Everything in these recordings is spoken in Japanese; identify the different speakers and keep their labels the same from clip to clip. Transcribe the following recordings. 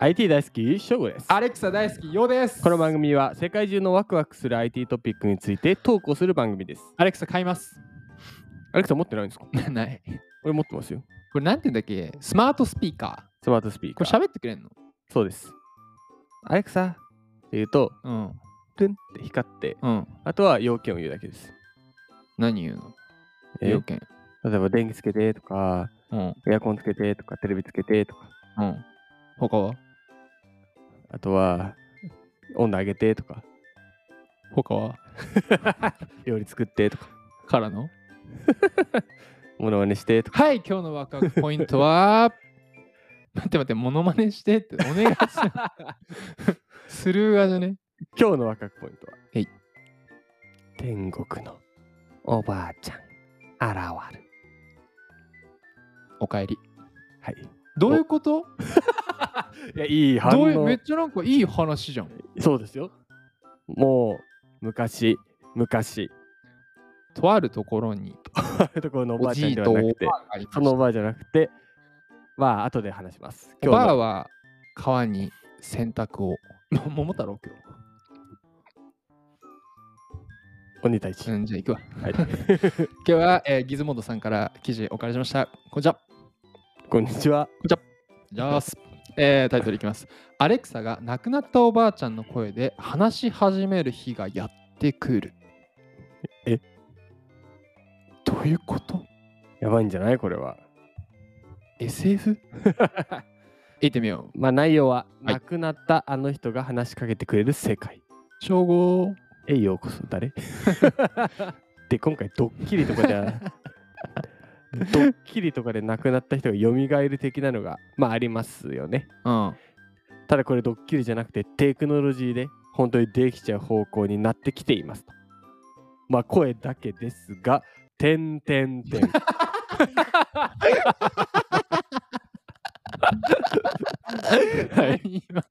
Speaker 1: IT 大好き翔吾です
Speaker 2: アレクサ大好きようです
Speaker 1: この番組は世界中のワクワクする IT トピックについて投稿する番組です
Speaker 2: アレクサ買います
Speaker 1: アレクサ持ってないんですか
Speaker 2: ない
Speaker 1: 俺持ってますよ
Speaker 2: これなんて言うんだっけスマートスピーカ
Speaker 1: スマートスピー
Speaker 2: ーこ
Speaker 1: カ
Speaker 2: れ
Speaker 1: ー
Speaker 2: 喋ってくれんの
Speaker 1: そうですアレクサって言うと
Speaker 2: うん
Speaker 1: トゥンって光って
Speaker 2: うん
Speaker 1: あとは要件を言うだけです
Speaker 2: 何言うの
Speaker 1: え
Speaker 2: 要件
Speaker 1: 例えば電気つけてとか
Speaker 2: うん
Speaker 1: エアコンつけてとかテレビつけてとか
Speaker 2: うん他は
Speaker 1: あとは温度上げてとか
Speaker 2: 他は
Speaker 1: 料理作ってとか
Speaker 2: からの
Speaker 1: モノマネしてとか
Speaker 2: はい今日のワクワクポイントは 待って待ってモノマネしてってお願い するスルー側じゃね
Speaker 1: 今日のワクワクポイントは
Speaker 2: はい
Speaker 1: 天国のおばあちゃん現る
Speaker 2: おかえり
Speaker 1: はい
Speaker 2: どういうこと
Speaker 1: いやいい反
Speaker 2: どういう
Speaker 1: 応
Speaker 2: めっちゃなんかいい話じゃん
Speaker 1: そうですよもう昔昔
Speaker 2: とあるところに
Speaker 1: ああいうところのおば
Speaker 2: お
Speaker 1: あちゃ
Speaker 2: じ
Speaker 1: ん
Speaker 2: い
Speaker 1: で
Speaker 2: と
Speaker 1: は
Speaker 2: お
Speaker 1: な
Speaker 2: ば
Speaker 1: くて
Speaker 2: あがいました
Speaker 1: そのおばあじゃなくてまあ後で話します
Speaker 2: おばあ
Speaker 1: は
Speaker 2: は川に洗濯を。 も桃太郎今
Speaker 1: 鬼太一、
Speaker 2: 日。うん、じゃあ行くわ。
Speaker 1: はい
Speaker 2: 今日は、えーギズモードさんから記事お借りしました。こんにちは。
Speaker 1: こんにちは
Speaker 2: じゃあす。えータイトルいきます。アレクサが亡くなったおばあちゃんの声で話し始める日がやってくる。
Speaker 1: え
Speaker 2: どういうこと
Speaker 1: やばいんじゃないこれは
Speaker 2: ?SF? 行ってみよう。
Speaker 1: まあ内容は、
Speaker 2: はい
Speaker 1: 亡くなったあの人が話しかけてくれる世界
Speaker 2: 称号。
Speaker 1: えようこそ 誰で今回ドッキリとかじ ゃドッキリとかで亡くなった人が蘇る的なのがまあありますよね
Speaker 2: うん。
Speaker 1: ただこれドッキリじゃなくてテクノロジーで本当にできちゃう方向になってきていますとまあ声だけですが点点点はい
Speaker 2: い、今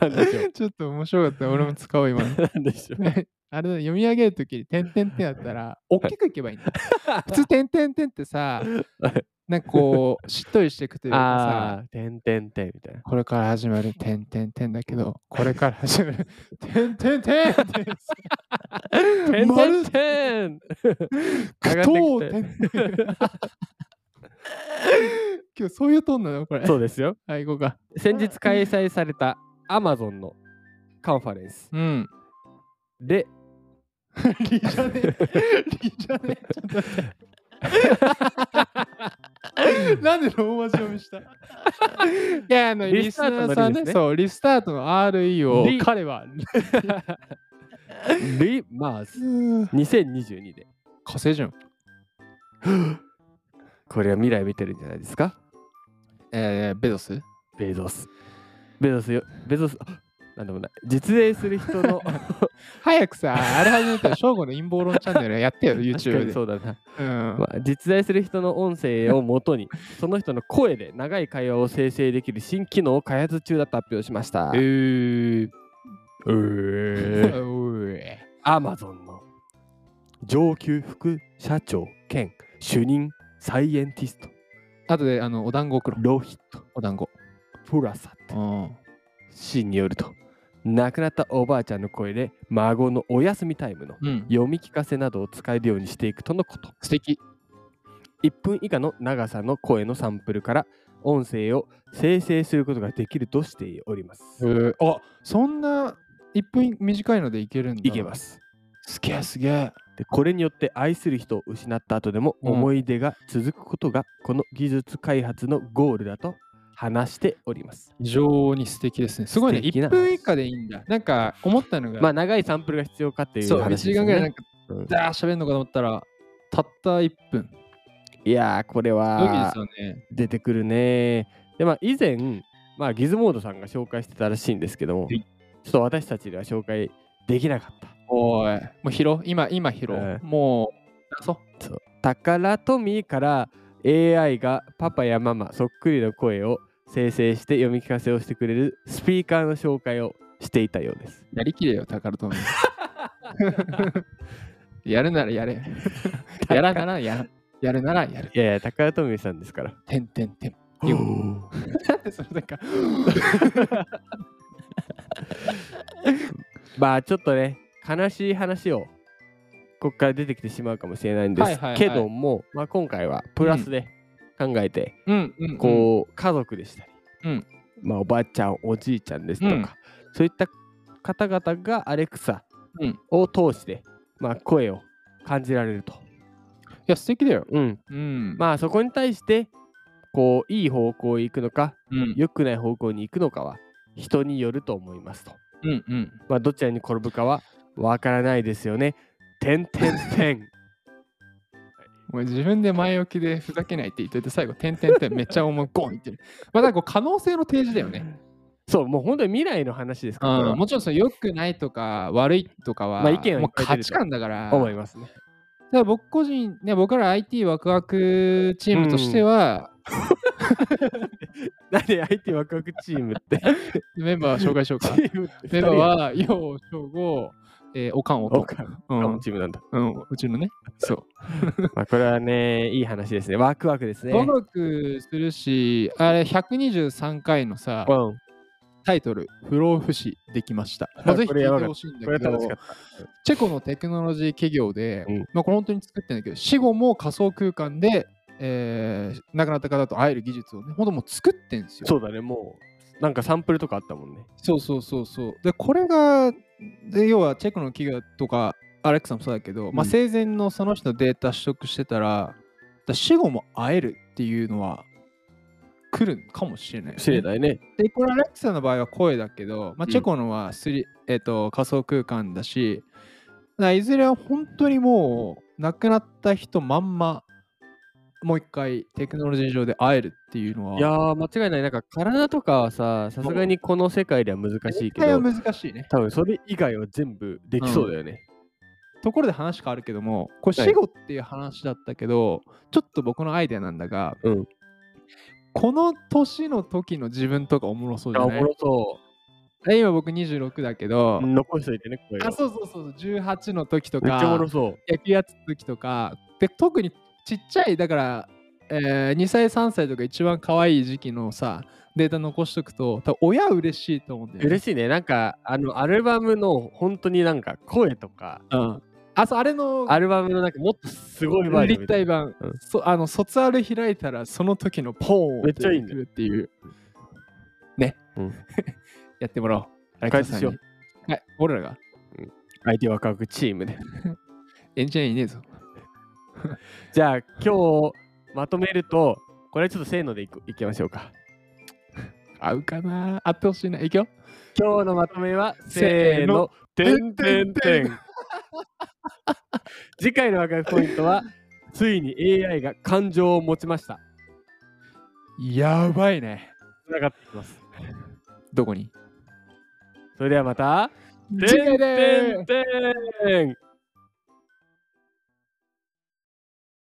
Speaker 1: なんでしょう
Speaker 2: ちょっと面白かった。俺も使おう今の。
Speaker 1: なんでしょう
Speaker 2: あれだ読み上げるときに点々点やったら、大きくいけばいいんだ。普通点々点ってさ
Speaker 1: はい、
Speaker 2: なんかこう、しっとりしていくというかさ、
Speaker 1: ああ点点点みたいな
Speaker 2: これから始まる点々点だけ ど、これから始まる点々点ってさ
Speaker 1: 点
Speaker 2: まる
Speaker 1: 点点
Speaker 2: 苦闘点今日そういうトーンなのこれ。
Speaker 1: そうですよ
Speaker 2: はい、行こうか。
Speaker 1: 先日開催された Amazon のカンファレンス
Speaker 2: うん。
Speaker 1: で
Speaker 2: リじゃねえ。リじゃねえ。ちょっと待って。なんでローマ字読みしたいや、あの、リ
Speaker 1: リ
Speaker 2: ス
Speaker 1: ス
Speaker 2: タ
Speaker 1: タ
Speaker 2: ー
Speaker 1: ー
Speaker 2: ト
Speaker 1: トの
Speaker 2: さん
Speaker 1: リ
Speaker 2: ね、
Speaker 1: ですね
Speaker 2: そう、リスタートの RE を
Speaker 1: リ
Speaker 2: 彼は、
Speaker 1: リマーズ
Speaker 2: 火
Speaker 1: 2022で
Speaker 2: 星じゃん。
Speaker 1: これは未来見てるんじゃないですか
Speaker 2: えー、ベドス
Speaker 1: ベゾスベゾスよベゾスあなんでもない実演する人の
Speaker 2: 早くさ、あれ始めたら、正午の陰謀論チャンネルやって よ、
Speaker 1: 確か
Speaker 2: YouTube
Speaker 1: に
Speaker 2: で。
Speaker 1: そうだな、
Speaker 2: うん
Speaker 1: まあ、実在する人の音声をもとにその人の声で長い会話を生成できる新機能を開発中だと発表しました
Speaker 2: えー、
Speaker 1: えー
Speaker 2: おい
Speaker 1: Amazon の上級副社長兼主任サイエンティスト
Speaker 2: あとで、あの、お団子送ろう。
Speaker 1: ロヒット
Speaker 2: お団子。
Speaker 1: プラサって
Speaker 2: うん。
Speaker 1: 氏によると亡くなったおばあちゃんの声で孫のお休みタイムの
Speaker 2: うん。
Speaker 1: 読み聞かせなどを使えるようにしていくとのこと
Speaker 2: 素敵。
Speaker 1: 1分以下の長さの声のサンプルから音声を生成することができるとしております
Speaker 2: あそんな1分短いのでいけるんだ。。
Speaker 1: いけますす
Speaker 2: すげえすげえ。
Speaker 1: でこれによって愛する人を失った後でも
Speaker 2: うん
Speaker 1: 思い出が続くことがこの技術開発のゴールだと話しております
Speaker 2: 非常に素敵ですね。すごいね。
Speaker 1: 素敵な
Speaker 2: 1分以下でいいんだ。なんか思ったのが、
Speaker 1: まあ長いサンプルが必要かっていう
Speaker 2: そう、1
Speaker 1: 話
Speaker 2: 時
Speaker 1: です
Speaker 2: 間
Speaker 1: よ
Speaker 2: ぐらいなん
Speaker 1: ね
Speaker 2: か、
Speaker 1: うん
Speaker 2: ダーしゃべるのかと思ったら、たった1分。
Speaker 1: いやーこれ
Speaker 2: 無理
Speaker 1: は
Speaker 2: ですよね。
Speaker 1: 出てくるね。で、まあ、以前、まあ、ギズモードさんが紹介してたらしいんですけども、
Speaker 2: い
Speaker 1: ちょっと私たちでは紹介できなかった。
Speaker 2: おい。もう拾う今、今拾
Speaker 1: え
Speaker 2: う。もう、そう。
Speaker 1: 宝トミーから AI がパパやママそっくりの声を生成して読み聞かせをしてくれるスピーカーの紹介をしていたようです。
Speaker 2: やりきれよ、宝富。 やるならやれ。やらならやら。やるならやる。
Speaker 1: いやいや、宝トミーさんですから。
Speaker 2: てんてんてん。いうなんでそれなんか
Speaker 1: まあちょっとね悲しい話をここから出てきてしまうかもしれないんで
Speaker 2: はい
Speaker 1: す
Speaker 2: はいはい
Speaker 1: けども、まあ、今回はプラスで考えて、
Speaker 2: うんうんうん
Speaker 1: こう家族でしたり、
Speaker 2: うん
Speaker 1: まあ、おばあちゃんおじいちゃんですとか、
Speaker 2: うん
Speaker 1: そういった方々がアレクサ
Speaker 2: うんい
Speaker 1: を通して、まあ、声を感じられると、
Speaker 2: や素敵だよ
Speaker 1: うん、
Speaker 2: うん
Speaker 1: まあそこに対してこういい方向へ行くのか
Speaker 2: うん
Speaker 1: 良くない方向に行くのかは人によると思いますと。
Speaker 2: うんうん
Speaker 1: まあ、どちらに転ぶかはわからないですよね。てんてんて ん。
Speaker 2: お前自分で前置きでふざけないって言っといて最後点々点めっちゃ重いゴンって言ってるまあだからこう可能性の提示だよね
Speaker 1: そう、もう本当に未来の話ですから、これ
Speaker 2: う
Speaker 1: は
Speaker 2: ん、もちろんその良くないとか悪いとかは、
Speaker 1: まあ意見はい
Speaker 2: もう
Speaker 1: っぱい
Speaker 2: 価
Speaker 1: 出る
Speaker 2: 値
Speaker 1: と
Speaker 2: 観だから
Speaker 1: 思いますね。
Speaker 2: だから僕個人、ね、僕ら IT ワクワクチームとしては、
Speaker 1: なんで IT ワクワクチーム って。
Speaker 2: メンバー紹介しよう
Speaker 1: チ
Speaker 2: か。
Speaker 1: ームって
Speaker 2: メ
Speaker 1: 2
Speaker 2: ンバー
Speaker 1: 人は
Speaker 2: は、よう、しょうご、えーおかんおと
Speaker 1: おかん
Speaker 2: う
Speaker 1: あも
Speaker 2: ん
Speaker 1: うチームなんだ。
Speaker 2: うん、うちのね。そう。
Speaker 1: まあこれはね、いい話ですね。ワクワクですね。
Speaker 2: ワクワクするし、あれ、123回のさ
Speaker 1: う、ん、
Speaker 2: タイトル、不老不死できました。
Speaker 1: あ
Speaker 2: まあ、ぜひ
Speaker 1: こ
Speaker 2: 聞
Speaker 1: れやば
Speaker 2: い
Speaker 1: か
Speaker 2: て
Speaker 1: った
Speaker 2: ほしいん
Speaker 1: これ
Speaker 2: だ
Speaker 1: は
Speaker 2: けど
Speaker 1: 楽しか、っ
Speaker 2: チェコのテクノロジー企業で、
Speaker 1: うん
Speaker 2: まあ、これ本当に作ってるんだけど、死後も仮想空間で、えー亡くなった方と会える技術をね、本当もう作ってんです
Speaker 1: た。
Speaker 2: よ。
Speaker 1: そうだね、もう、なんかサンプルとかあったもんね。
Speaker 2: そうそうそうそう。で、これが、で要はチェコの企業とか、アレックさんもそうだけど、まあ、
Speaker 1: うん
Speaker 2: 生前のその人のデータ取得してたら、だ死後も会えるっていうのは来るんかもしれない、ね。
Speaker 1: 知れないね。
Speaker 2: で、これアレックさんの場合は声だけど、ま
Speaker 1: うん
Speaker 2: あ、チェコのはスリ、えっと仮想空間だし、だからいずれは本当にもう亡くなった人まんま、もう一回テクノロジー上で会えるっていうのは、
Speaker 1: いやー、間違いない。なんか体とかはさ、さすがにこの世界では難しいけ
Speaker 2: 絶対は
Speaker 1: ど、
Speaker 2: 難しいね。
Speaker 1: 多分それ以外は全部できそうだよね。
Speaker 2: ところで話変わるけども、これ
Speaker 1: はい
Speaker 2: 死後っていう話だったけど、ちょっと僕のアイデアなんだが、
Speaker 1: うん
Speaker 2: この年の時の自分とかおもろそうじ
Speaker 1: あ、
Speaker 2: ゃ
Speaker 1: お
Speaker 2: ない
Speaker 1: もろそ
Speaker 2: え今僕26だけど、
Speaker 1: う。残しといてね、これ
Speaker 2: あ、そうそうそう、18の時と
Speaker 1: めっちゃおも
Speaker 2: か
Speaker 1: ろ、そう。
Speaker 2: 野球やってた時とか、で特にちっちゃい、だから、え2歳、3歳とか一番可愛い時期のさ、データ残しとくと、多分親嬉しいと思うんだよ、ね。
Speaker 1: 嬉しいね。なんか、あの、アルバムの本当になんか声とか、
Speaker 2: うんあ、そう、あれの
Speaker 1: アルバムのなんかもっとすごいバージョン
Speaker 2: 立
Speaker 1: みたい
Speaker 2: 体版、
Speaker 1: うん
Speaker 2: そあの卒アル開いたらその時のポーン
Speaker 1: めっちゃいいね
Speaker 2: 出てくるっていうね、
Speaker 1: うん
Speaker 2: やってもらおうあ
Speaker 1: 解説しよう
Speaker 2: うはい俺らが
Speaker 1: な。IT ワクワクチームで。
Speaker 2: エンジニアいねえぞ
Speaker 1: じゃあ、今日まとめると、これちょっとせーのでいくいきましょうか。
Speaker 2: 合うかな合ってほしいないくよ
Speaker 1: 今日のまとめは、せーの、てんてんて ん。次回のワクワクポイントは、ついに AI が感情を持ちました。
Speaker 2: やばいね
Speaker 1: つながっていきます。
Speaker 2: どこに
Speaker 1: それではまた、てんてんてん